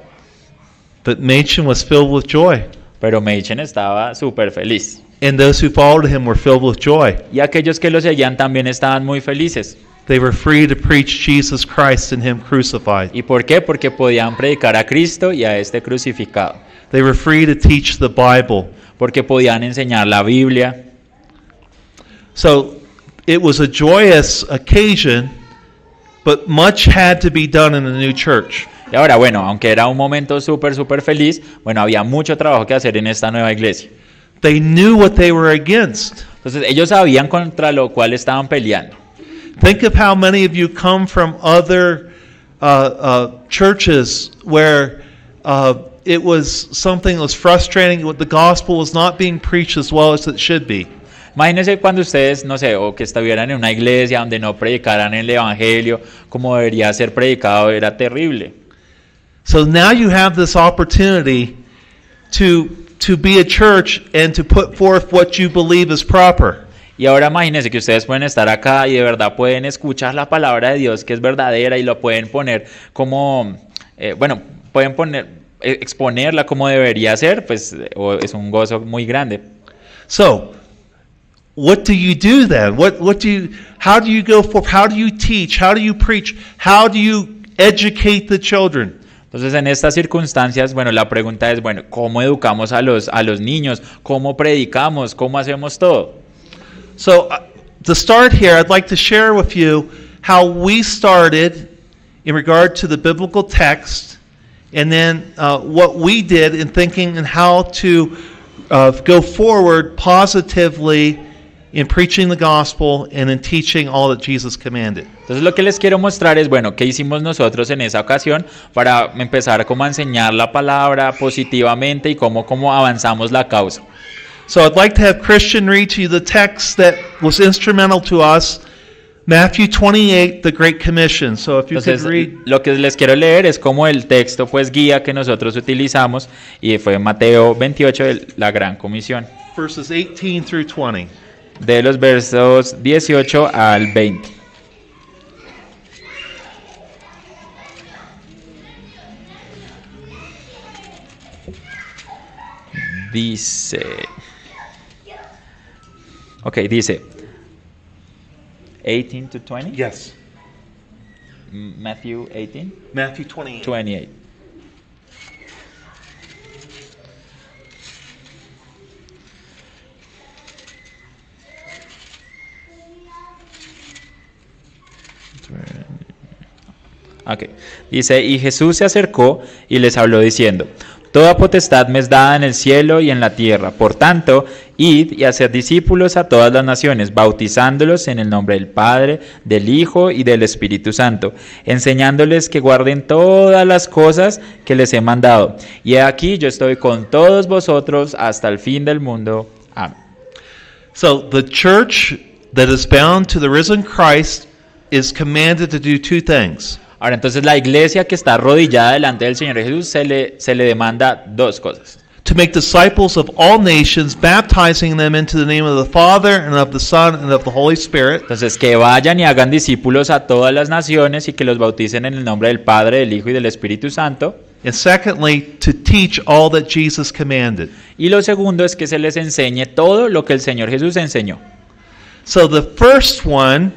Speaker 3: But Machen was filled with joy,
Speaker 2: Pero Machen estaba súper feliz.
Speaker 3: and those who followed him were filled with joy.
Speaker 2: Y aquellos que lo seguían también estaban muy felices.
Speaker 3: They were free to preach Jesus Christ and him crucified.
Speaker 2: ¿Y por qué? Porque podían predicar a Cristo y a este crucificado.
Speaker 3: They were free to teach the Bible.
Speaker 2: Porque podían enseñar la Biblia.
Speaker 3: So it was a joyous occasion, but much had to be done in the new church.
Speaker 2: Y ahora, bueno, aunque era un momento súper, súper feliz, bueno, había mucho trabajo que hacer en esta nueva iglesia.
Speaker 3: They knew what they were against.
Speaker 2: Entonces, ellos sabían contra lo cual estaban peleando.
Speaker 3: Think of how many of you come from other uh, uh, churches where uh, it was something that was frustrating, what the gospel was not being preached as well as it should be.
Speaker 2: Imagínense cuando ustedes, no sé, o que estuvieran en una iglesia donde no predicaran el evangelio como debería ser predicado, era terrible.
Speaker 3: So now you have this opportunity to to be a church and to put forth what you believe is proper.
Speaker 2: Y ahora imagínense que ustedes pueden estar acá y de verdad pueden escuchar la palabra de Dios que es verdadera y lo pueden poner como, eh, bueno, pueden poner, eh, exponerla como debería ser, pues eh, o- es un gozo muy grande.
Speaker 3: So, what do you do then? What what do you how do you go forth? How do you teach? How do you preach? How do you educate the children?
Speaker 2: Entonces en estas circunstancias, bueno, la pregunta es, bueno, ¿cómo educamos a los, a los niños? ¿Cómo predicamos? ¿Cómo hacemos todo?
Speaker 3: So, uh, to start here, I'd like to share with you how we started in regard to the biblical text, and then uh, what we did in thinking and how to uh, go forward positively in preaching the gospel and in teaching all that Jesus commanded.
Speaker 2: Entonces lo que les quiero mostrar es, bueno, qué hicimos nosotros en esa ocasión para empezar como a enseñar la palabra positivamente y cómo, cómo avanzamos la causa.
Speaker 3: So I'd like to have Christian read to you the text that was instrumental to us, Matthew 28, the Great Commission. So if you could
Speaker 2: Entonces
Speaker 3: read
Speaker 2: lo que les quiero leer es como el texto pues guía que nosotros utilizamos y fue Mateo 28, el- la gran comisión,
Speaker 3: verses 18 through 20.
Speaker 2: de los versos 18 al 20. Dice. Ok, dice. 18 to 20.
Speaker 3: Yes.
Speaker 2: Matthew 18,
Speaker 3: Matthew 28.
Speaker 2: 28. Ok. Dice, y Jesús se acercó y les habló diciendo, Toda potestad me es dada en el cielo y en la tierra. Por tanto, id y hacer discípulos a todas las naciones, bautizándolos en el nombre del Padre, del Hijo y del Espíritu Santo, enseñándoles que guarden todas las cosas que les he mandado. Y he aquí yo estoy con todos vosotros hasta el fin del mundo. Amén.
Speaker 3: So the church that is bound to the risen Christ is commanded to do two things.
Speaker 2: Ahora entonces la iglesia que está arrodillada delante del Señor Jesús se le, se le demanda dos cosas.
Speaker 3: To make disciples of all nations, baptizing them into the name of the Father and of the Son and of the Holy Spirit.
Speaker 2: Entonces, que vayan y hagan discípulos a todas las naciones y que los bauticen en el nombre del Padre, del Hijo y del Espíritu Santo.
Speaker 3: And secondly, to teach all that Jesus commanded.
Speaker 2: Y lo segundo es que se les enseñe todo lo que el Señor Jesús enseñó.
Speaker 3: So the first one,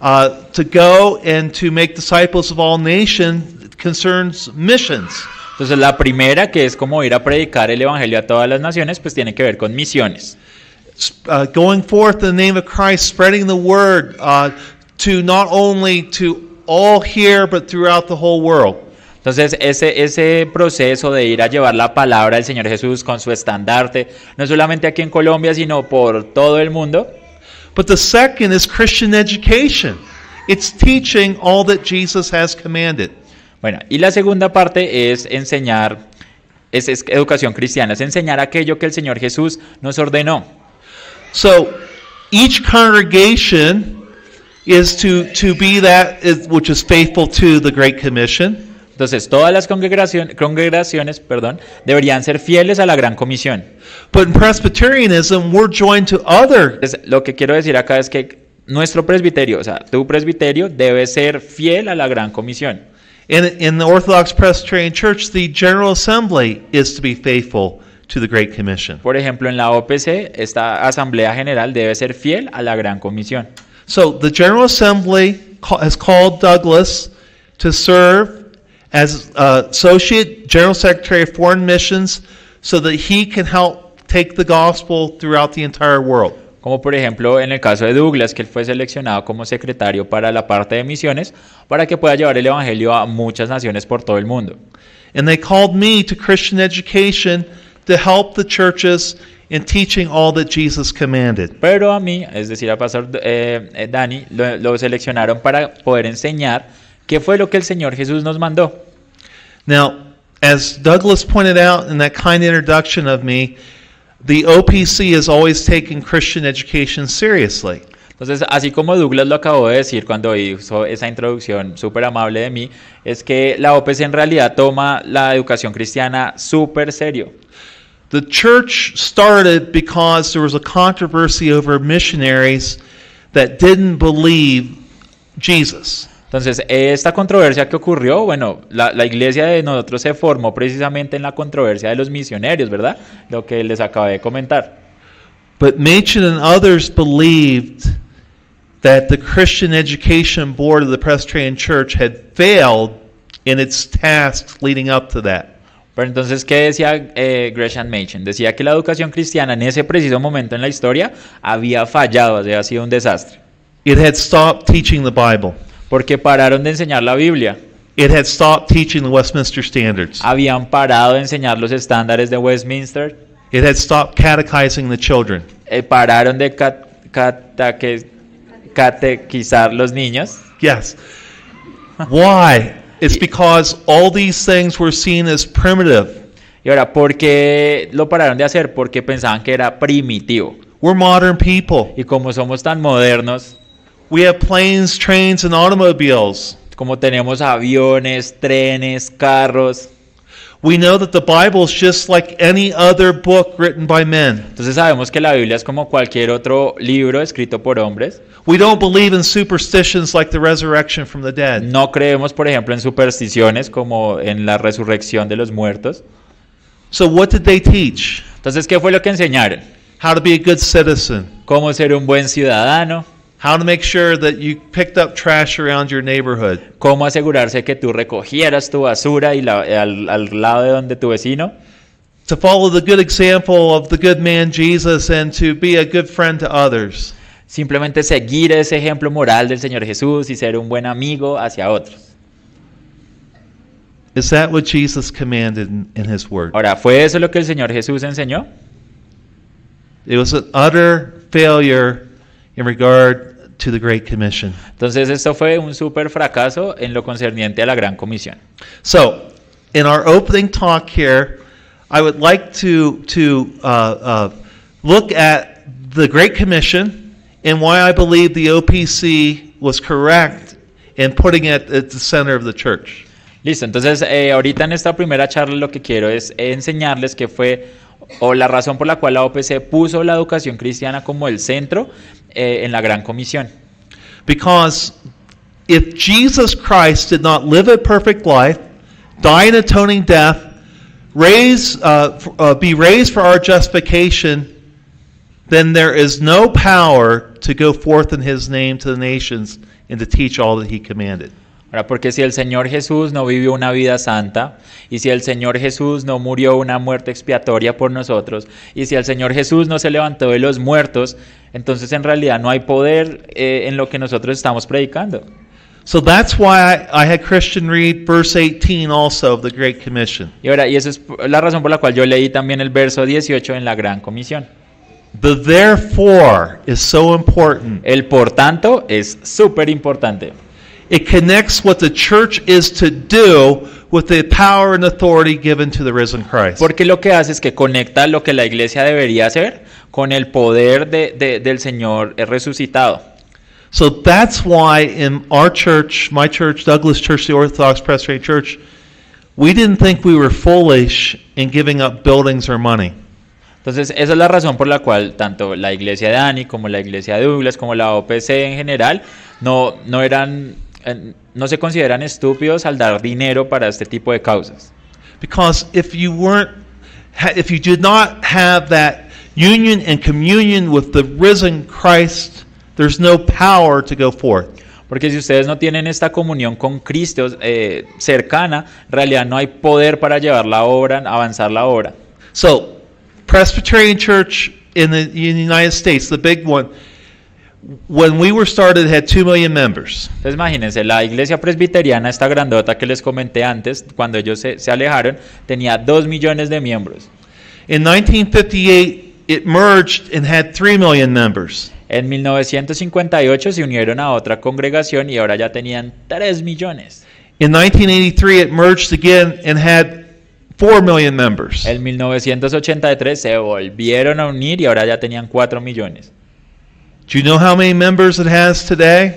Speaker 3: uh, to go and to make disciples of all nations, concerns missions.
Speaker 2: Entonces la primera, que es como ir a predicar el Evangelio a todas las naciones, pues tiene que ver con misiones.
Speaker 3: uh, going forth in the name of Christ, spreading the word uh, to not only to all here, but throughout the whole world.
Speaker 2: Entonces ese, ese proceso de ir a llevar la palabra del Señor Jesús con su estandarte, no solamente aquí en Colombia, sino por todo el mundo.
Speaker 3: But the second is Christian education. It's teaching all that Jesus has commanded.
Speaker 2: Bueno, y la segunda parte es enseñar, es, es educación cristiana, es enseñar aquello que el Señor Jesús nos ordenó.
Speaker 3: So each congregation is to, to be that is, which is faithful to the Great Commission.
Speaker 2: Entonces todas las congregacion- congregaciones perdón, deberían ser fieles a la gran comisión.
Speaker 3: But in Presbyterianism, we're joined to other
Speaker 2: Entonces, lo que quiero decir acá es que nuestro presbiterio, o sea, tu presbiterio debe ser fiel a la gran comisión.
Speaker 3: In, in the Orthodox Presbyterian Church, the General Assembly is to be faithful to the Great Commission.
Speaker 2: Por ejemplo, en la OPC, esta Asamblea General debe ser fiel a la gran comisión.
Speaker 3: So the General Assembly ca- has called Douglas to serve as uh, Associate General Secretary of Foreign Missions so that he can help take the gospel throughout the entire world.
Speaker 2: Como por ejemplo en el caso de Douglas, que él fue seleccionado como secretario para la parte de misiones, para que pueda llevar el Evangelio a muchas naciones por todo el mundo.
Speaker 3: And they called me to Christian education to help the churches in teaching all that Jesus commanded.
Speaker 2: Pero a mí, es decir, a Pastor eh, eh, Dani, lo, lo seleccionaron para poder enseñar qué fue lo que el Señor Jesús nos mandó.
Speaker 3: Now, as Douglas pointed out in that kind introduction of me, the OPC has always taken Christian education seriously.
Speaker 2: Entonces, así como Douglas lo acabó de decir cuando hizo esa introducción súper amable de mí, es que la OPC en realidad toma la educación cristiana súper serio.
Speaker 3: The church started because there was a controversy over missionaries that didn't believe Jesus.
Speaker 2: Entonces, esta controversia que ocurrió, bueno, la, la iglesia de nosotros se formó precisamente en la controversia de los misioneros, ¿verdad? Lo que les acabé de comentar.
Speaker 3: But Machen and others believed that the Christian Education Board of the Presbyterian Church had failed in its tasks leading up to that.
Speaker 2: Pero entonces, ¿qué decía eh, Gresham Machen? Decía que la educación cristiana en ese preciso momento en la historia había fallado, había sido un desastre.
Speaker 3: It had stopped teaching the Bible.
Speaker 2: Porque pararon de enseñar la Biblia,
Speaker 3: It had stopped teaching the Westminster Standards.
Speaker 2: habían parado de enseñar los estándares de Westminster,
Speaker 3: It had stopped catechizing the children.
Speaker 2: eh, pararon de cat- cataque- catequizar los niños.
Speaker 3: Yes. Why? It's because all these things were seen as primitive.
Speaker 2: Y ahora, ¿por qué lo pararon de hacer? Porque pensaban que era primitivo.
Speaker 3: We're modern people.
Speaker 2: Y como somos tan modernos,
Speaker 3: We have planes, trains, and automobiles.
Speaker 2: como tenemos aviones, trenes, carros,
Speaker 3: We know that the Bible is just like any other book written by men.
Speaker 2: entonces sabemos que la Biblia es como cualquier otro libro escrito por hombres.
Speaker 3: We don't believe in superstitions like the resurrection from the dead.
Speaker 2: No creemos, por ejemplo, en supersticiones como en la resurrección de los muertos.
Speaker 3: So, what did they teach?
Speaker 2: Entonces, ¿qué fue lo que enseñaron?
Speaker 3: How to be a good citizen,
Speaker 2: Cómo ser un buen ciudadano,
Speaker 3: how to make sure that you picked up trash around your neighborhood.
Speaker 2: cómo asegurarse que tú recogieras tu basura y la- al- al lado de donde tu vecino.
Speaker 3: to follow the good example of the good man Jesus and to be a good friend to others.
Speaker 2: Simplemente seguir ese ejemplo moral del Señor Jesús y ser un buen amigo hacia otros.
Speaker 3: Is that what Jesus commanded in, in his word?
Speaker 2: Ahora, ¿fue eso lo que el Señor Jesús enseñó?
Speaker 3: It was an utter failure in regard to the Great Commission.
Speaker 2: Entonces esto fue un súper fracaso en lo concerniente a la Gran Comisión.
Speaker 3: So, in our opening talk here, I would like to, to uh, uh, look at the Great Commission and why I believe the OPC was correct in putting it at the center of the church.
Speaker 2: Listo, entonces eh, ahorita en esta primera charla lo que quiero es enseñarles qué fue o la razón por la cual la OPC puso la educación cristiana como el centro eh, en la Gran Comisión.
Speaker 3: Because if Jesus Christ did not live a perfect life, die an atoning death, raise, uh, f- uh, be raised for our justification, then there is no power to go forth in his name to the nations and to teach all that he commanded.
Speaker 2: Ahora, porque si el Señor Jesús no vivió una vida santa, y si el Señor Jesús no murió una muerte expiatoria por nosotros, y si el Señor Jesús no se levantó de los muertos, entonces en realidad no hay poder eh, en lo que nosotros estamos predicando.
Speaker 3: So that's why I, I had Christian read verse 18 also of the Great Commission.
Speaker 2: Y ahora, y esa es p- la razón por la cual yo leí también el verso 18 en la Gran Comisión.
Speaker 3: The therefore is so important.
Speaker 2: El por tanto es súper importante.
Speaker 3: It connects what the church is to do with the power and authority given to the risen Christ.
Speaker 2: Porque lo que hace es que conecta lo que la iglesia debería hacer con el poder de- de- del Señor eh, resucitado.
Speaker 3: So that's why in our church, my church, Douglas Church, the Orthodox Presbyterian Church, we didn't think we were foolish in giving up buildings or money.
Speaker 2: Entonces, esa es la razón por la cual tanto la iglesia de Dani como la iglesia de Douglas, como la OPC en general, no, no, eran, eh, no se consideran estúpidos al dar dinero para este tipo de causas.
Speaker 3: Because if you weren't, ha- if you did not have that union and communion with the risen Christ, there's no power to go forth.
Speaker 2: Porque si ustedes no tienen esta comunión con Cristo eh, cercana, en realidad no hay poder para llevar la obra, avanzar la obra.
Speaker 3: So, Presbyterian Church in the, in the United States, the big one, when we were started, it had two million members.
Speaker 2: Entonces imagínense, la iglesia presbiteriana, esta grandota que les comenté antes, cuando ellos se, se alejaron, tenía 2 millones de miembros.
Speaker 3: In 1958, it merged and had 3 million members.
Speaker 2: En 1958 se unieron a otra congregación y ahora ya tenían 3 millones.
Speaker 3: In 1983, it merged again and had 4 million members.
Speaker 2: En 1983 se volvieron a unir y ahora ya tenían 4 millones.
Speaker 3: Do you know how many members it has today?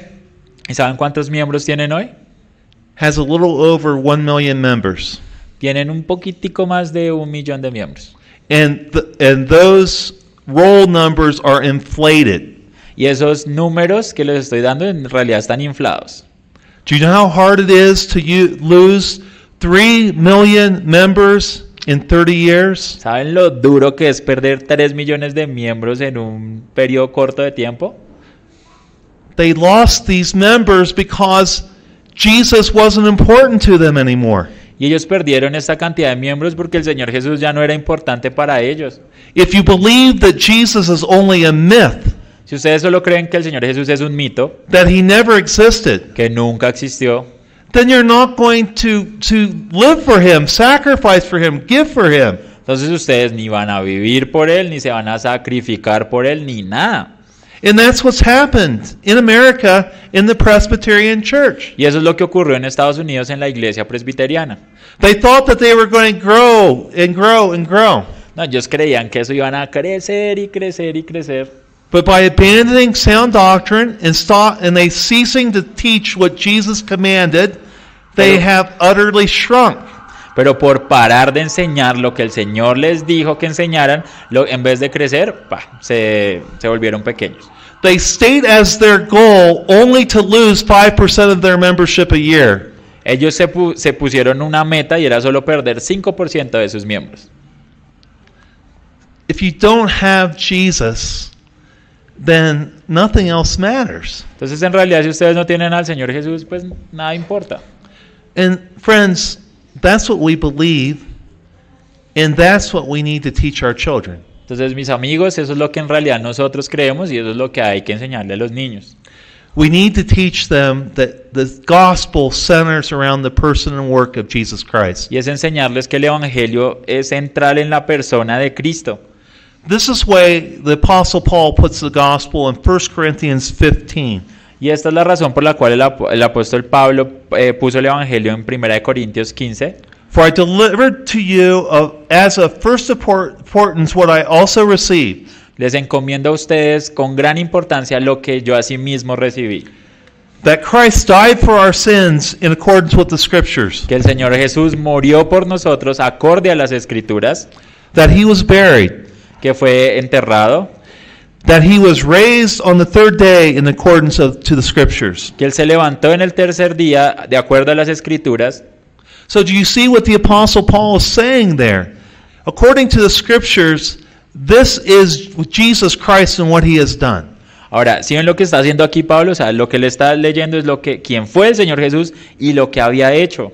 Speaker 2: ¿Y saben cuántos miembros tienen hoy?
Speaker 3: Has a little over 1 million members.
Speaker 2: Tienen un poquitico más de un millón de miembros.
Speaker 3: And, th- and those roll numbers are inflated.
Speaker 2: Y esos números que les estoy dando en realidad están inflados.
Speaker 3: Do you know how hard it is to you lose 3 million members in 30 years?
Speaker 2: ¿Saben lo duro que es perder 3 millones de miembros en un periodo corto de tiempo?
Speaker 3: They lost these members because Jesus wasn't important to them anymore.
Speaker 2: Y ellos perdieron esta cantidad de miembros porque el Señor Jesús ya no era importante para ellos.
Speaker 3: If you believe that Jesus is only a myth,
Speaker 2: Si ustedes solo creen que el Señor Jesús es un mito,
Speaker 3: that he never existed,
Speaker 2: que nunca existió,
Speaker 3: then you're not going to, to live for him, sacrifice for him, give for him.
Speaker 2: entonces ustedes ni van a vivir por Él, ni se van a sacrificar por Él, ni nada.
Speaker 3: And that's what's happened in America in the Presbyterian Church.
Speaker 2: Y eso es lo que ocurrió en Estados Unidos en la iglesia presbiteriana.
Speaker 3: They thought that they were going to grow and grow and grow.
Speaker 2: No, ellos creían que eso iban a crecer y crecer y crecer.
Speaker 3: But by abandoning sound doctrine and, stop, and they ceasing to teach what Jesus commanded, they
Speaker 2: Pero-
Speaker 3: have utterly shrunk.
Speaker 2: Pero por parar de enseñar lo que el Señor les dijo que enseñaran, lo- en vez de crecer, pa, se, se volvieron pequeños.
Speaker 3: They state as their goal only to lose 5% of their membership a year.
Speaker 2: Ellos se, pu- se pusieron una meta y era solo perder 5% de sus miembros.
Speaker 3: If you don't have Jesus, then nothing else matters.
Speaker 2: Entonces, en realidad, si ustedes no tienen al Señor Jesús, pues nada importa.
Speaker 3: And friends, that's what we believe, and that's what we need to teach our children.
Speaker 2: Entonces, mis amigos, eso es lo que en realidad nosotros creemos y eso es lo que hay que enseñarle a los niños.
Speaker 3: We need to teach them that the gospel centers around the person and work of Jesus Christ.
Speaker 2: Y es enseñarles que el Evangelio es central en la persona de Cristo.
Speaker 3: This is way the apostle Paul puts the gospel in 1 Corinthians 15.
Speaker 2: Y esta es la razón por la cual el, ap- el apóstol Pablo eh, puso el Evangelio en 1 de Corintios 15.
Speaker 3: For I delivered to you of, as of first import- importance what I also received.
Speaker 2: Les encomiendo a ustedes con gran importancia lo que yo asimismo recibí.
Speaker 3: that Christ died for our sins in accordance with the Scriptures,
Speaker 2: Que el Señor Jesús murió por nosotros acorde a las Escrituras,
Speaker 3: that he was buried,
Speaker 2: que fue enterrado,
Speaker 3: that he was raised on the third day in accordance of, to the Scriptures.
Speaker 2: que Él se levantó en el tercer día de acuerdo a las Escrituras.
Speaker 3: So, do you see what the Apostle Paul is saying there? According to the Scriptures, this is Jesus Christ and what he has done.
Speaker 2: Ahora, si ven lo que está haciendo aquí Pablo, o sea, lo que le está leyendo es lo que quién fue el Señor Jesús y lo que había hecho.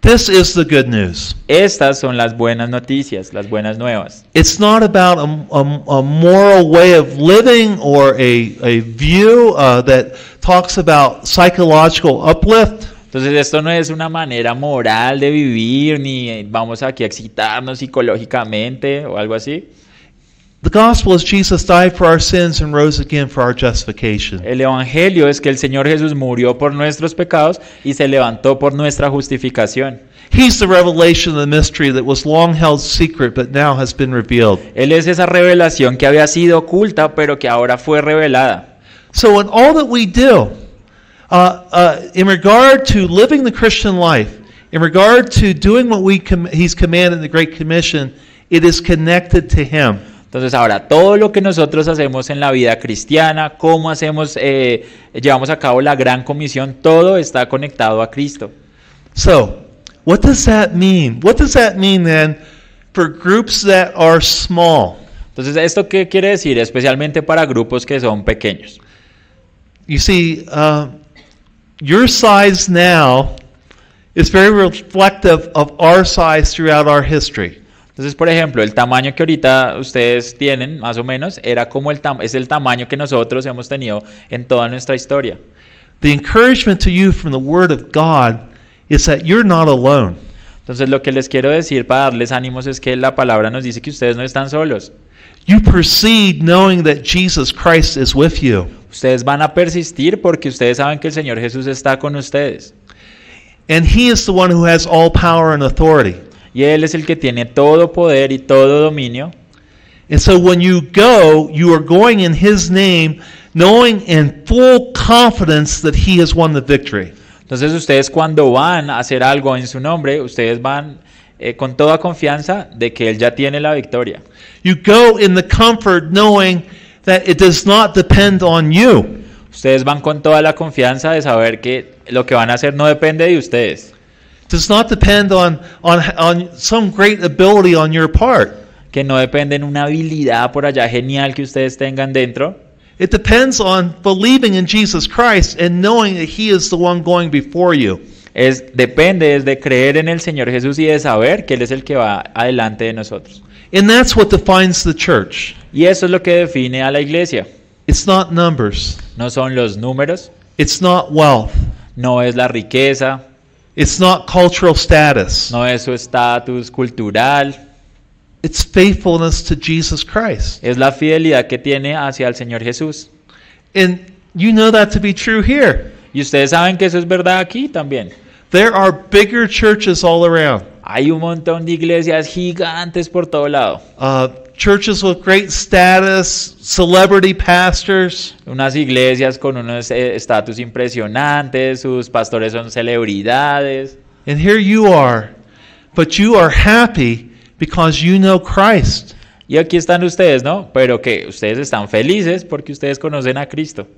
Speaker 3: This is the good news.
Speaker 2: Estas son las buenas noticias, las buenas nuevas.
Speaker 3: It's not about a, a- a moral way of living or a, a view uh, that talks about psychological uplift.
Speaker 2: Entonces esto no es una manera moral de vivir, ni eh, vamos aquí a excitarnos psicológicamente o algo así.
Speaker 3: The gospel is Jesus died for our sins and rose again for our justification.
Speaker 2: El Evangelio es que el Señor Jesús murió por nuestros pecados y se levantó por nuestra justificación.
Speaker 3: He's the revelation of the mystery that was long held secret but now has been revealed.
Speaker 2: Él es esa revelación que había sido oculta, pero que ahora fue revelada.
Speaker 3: So, in all that we do, uh, uh, in regard to living the Christian life, in regard to doing what we com- He's commanded in the Great Commission, it is connected to Him.
Speaker 2: Entonces ahora todo lo que nosotros hacemos en la vida cristiana, cómo hacemos, eh, llevamos a cabo la gran comisión, todo está conectado a Cristo.
Speaker 3: So, what does that mean? What does that mean then for groups that are small?
Speaker 2: Entonces, ¿esto qué quiere decir? Especialmente para grupos que son pequeños.
Speaker 3: You see, uh, your size now is very reflective of our size throughout our history.
Speaker 2: Entonces, por ejemplo, el tamaño que ahorita ustedes tienen, más o menos, era como el tam- es el tamaño que nosotros hemos tenido en toda nuestra historia.
Speaker 3: The encouragement to you from the Word of God is that you're not alone.
Speaker 2: Entonces, lo que les quiero decir para darles ánimos es que la palabra nos dice que ustedes no están solos.
Speaker 3: You proceed knowing that Jesus Christ is with you.
Speaker 2: Ustedes van a persistir porque ustedes saben que el Señor Jesús está con ustedes.
Speaker 3: And He is the one who has all power and authority.
Speaker 2: Y Él es el que tiene todo poder y todo dominio.
Speaker 3: And so when you go, you are going in His name, knowing in full confidence that He has won the victory.
Speaker 2: Entonces ustedes cuando van a hacer algo en su nombre, ustedes van eh, con toda confianza de que Él ya tiene la victoria.
Speaker 3: You go in the comfort knowing that it does not depend on you.
Speaker 2: Ustedes van con toda la confianza de saber que lo que van a hacer no depende de ustedes,
Speaker 3: does not depend on, on, on some great ability on your part.
Speaker 2: que no depende de una habilidad por allá genial que ustedes tengan dentro,
Speaker 3: It depends on believing in Jesus Christ and knowing that He is the one going before you.
Speaker 2: es depende es de creer en el Señor Jesús y de saber que él es el que va adelante de nosotros.
Speaker 3: And that's what defines the church.
Speaker 2: Y eso es lo que define a la iglesia.
Speaker 3: It's not numbers,
Speaker 2: No son los números,
Speaker 3: it's not wealth,
Speaker 2: no es la riqueza,
Speaker 3: it's not cultural status.
Speaker 2: no es su estatus cultural,
Speaker 3: It's faithfulness to Jesus Christ.
Speaker 2: es la fidelidad que tiene hacia el Señor Jesús.
Speaker 3: And you know that to be true here.
Speaker 2: Y ustedes saben que eso es verdad aquí también.
Speaker 3: There are bigger churches all around,
Speaker 2: Hay un montón de iglesias gigantes por todo lado.
Speaker 3: uh, churches with great status, celebrity pastors,
Speaker 2: Unas iglesias con unos eh, estatus impresionantes, sus pastores son celebridades.
Speaker 3: and here you are. But you are happy because you know Christ.
Speaker 2: Y aquí están ustedes, ¿no? Pero que ustedes están felices porque ustedes conocen a Cristo.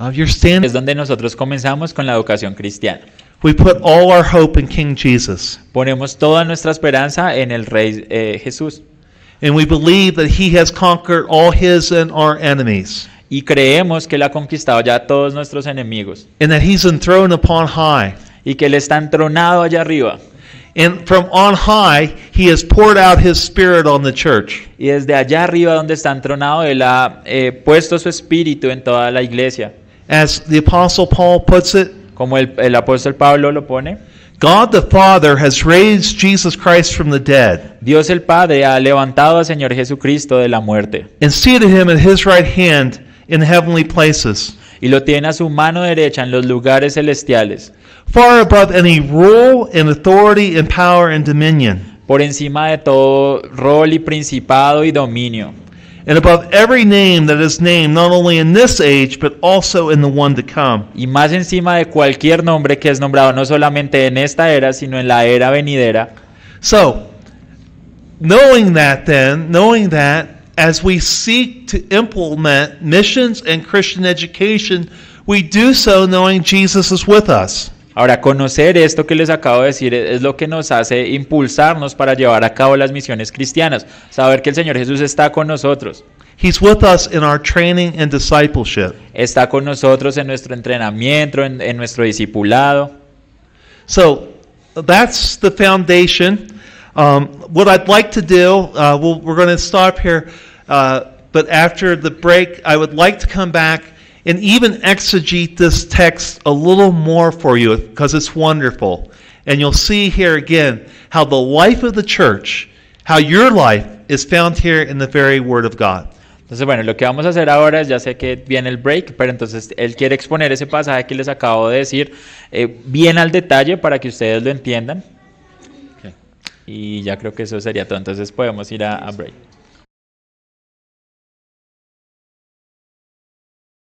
Speaker 3: Uh, you're
Speaker 2: Es
Speaker 3: standing.
Speaker 2: donde nosotros comenzamos con la educación cristiana.
Speaker 3: We put all our hope in King Jesus,
Speaker 2: Ponemos toda nuestra esperanza en el Rey eh, Jesús.
Speaker 3: and we believe that He has conquered all His and our enemies,
Speaker 2: Y creemos que Él ha conquistado ya a todos nuestros enemigos.
Speaker 3: and that He's enthroned upon high.
Speaker 2: Y que Él está entronado allá arriba.
Speaker 3: And from on high, he has poured out his spirit on the church.
Speaker 2: Y desde allá arriba donde está entronado, Él ha eh, puesto su espíritu en toda la iglesia.
Speaker 3: As the apostle Paul puts it,
Speaker 2: Como el, el apóstol Pablo lo pone,
Speaker 3: God the Father has raised Jesus Christ from the dead
Speaker 2: Dios el Padre ha levantado al Señor Jesucristo de la muerte
Speaker 3: and seated him at his right hand in heavenly places,
Speaker 2: y lo tiene a su mano derecha en los lugares celestiales,
Speaker 3: far above any rule and authority and power and dominion,
Speaker 2: por encima de todo rol y principado y dominio,
Speaker 3: and above every name that is named not only in this age but also in the one to come.
Speaker 2: y más encima de cualquier nombre que es nombrado no solamente en esta era, sino en la era venidera.
Speaker 3: So, knowing that, then, knowing that, as we seek to implement missions and Christian education, we do so knowing Jesus is with us.
Speaker 2: Ahora, conocer esto que les acabo de decir es es lo que nos hace impulsarnos para llevar a cabo las misiones cristianas, saber que el Señor Jesús está con nosotros.
Speaker 3: He's with us in our training and discipleship.
Speaker 2: Está con nosotros en nuestro entrenamiento, en, en nuestro discipulado.
Speaker 3: So that's the foundation. Um, what I'd like to do, uh, we'll, we're going to stop here, uh, but after the break, I would like to come back and even exegete this text a little more for you because it's wonderful. And you'll see here again how the life of the church, how your life is found here in the very Word of God.
Speaker 2: Entonces, bueno, lo que vamos a hacer ahora es, ya sé que viene el break, pero entonces él quiere exponer ese pasaje que les acabo de decir eh, bien al detalle para que ustedes lo entiendan. Y ya creo que eso sería todo. Entonces podemos ir a- a break.